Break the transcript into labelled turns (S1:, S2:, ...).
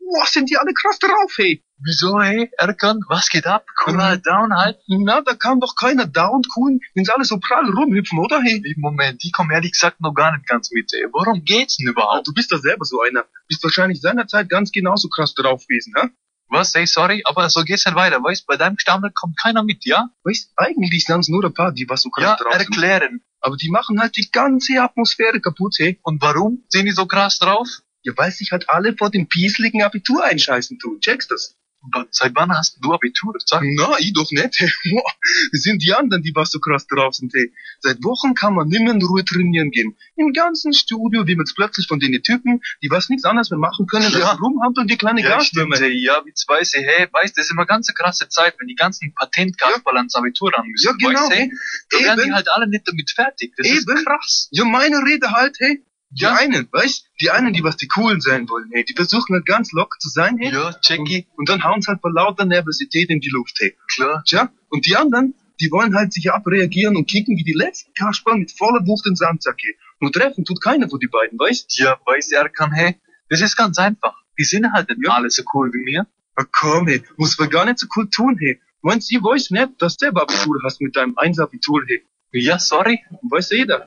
S1: Boah, sind die alle krass drauf, hey.
S2: Wieso, hey? Erkan, was geht ab? Cooler
S1: Mhm.
S2: Down halt.
S1: Na, da kam doch keiner da und Kuhn, wenn sie alle so prall rumhüpfen, oder, hey?
S2: Im Moment, ich komme ehrlich gesagt noch gar nicht ganz mit, ey. Worum geht's denn
S1: Ah,
S2: überhaupt?
S1: du bist doch selber so einer. Bist wahrscheinlich seinerzeit ganz genauso krass drauf gewesen, hä?
S2: Was, ey, sorry, aber so geht's nicht weiter, weißt? Bei deinem Stammel kommt keiner mit, ja?
S1: Weißt, eigentlich sind's nur ein paar, die was so krass
S2: Ja,
S1: drauf sind.
S2: erklären.
S1: Aber die machen halt die ganze Atmosphäre kaputt, hey.
S2: Und warum sind die so krass drauf?
S1: Ja, weil sich halt alle vor dem pieseligen Abitur einscheißen tun. Checkst das?
S2: W- Seit wann hast du Abitur? Sag,
S1: Na, ich doch nicht. hey. Boah, es sind die anderen, die was so krass drauf sind. Hey. Seit Wochen kann man nimmer in Ruhe trainieren gehen. Im ganzen Studio wird jetzt plötzlich von den Typen, die was nichts anderes mehr machen können,
S2: Ja.
S1: als rumhampeln wie kleine
S2: ja,
S1: Graswürmer.
S2: stimmt, ey, ja, witz weiß, ey, hey, weißt, das ist immer ganz eine krasse Zeit, wenn die ganzen Patentkasperl ans Abitur ran müssen,
S1: Ja, genau.
S2: weißt, hey?
S1: Hey.
S2: Da werden die
S1: Eben,
S2: halt alle nicht damit fertig. Das ist
S1: Eben.
S2: krass.
S1: ja, meine Rede halt, hey. Die
S2: Ja.
S1: einen, weißt Die einen, die was die Coolen sein wollen, hey. Die versuchen halt ganz locker zu sein, hey.
S2: Ja,
S1: Und,
S2: Jackie,
S1: und dann hauen's halt vor lauter Nervosität in die Luft, hey.
S2: klar.
S1: Tja, und die anderen, die wollen halt sich abreagieren und kicken wie die letzten Kasperl mit voller Wucht in den Sandsack, hey. Nur treffen tut keiner von die beiden, weißt
S2: Ja, weiß er kann, hey, das ist ganz einfach. Die sind halt nicht
S1: Ja.
S2: alle so cool wie mir.
S1: Ah, komm, hey, muss man gar nicht so cool tun, hey. Meinst du, ich weiß nicht, dass du selber Abitur hast mit deinem 1 Abitur, hey.
S2: Ja, sorry.
S1: Weiß jeder.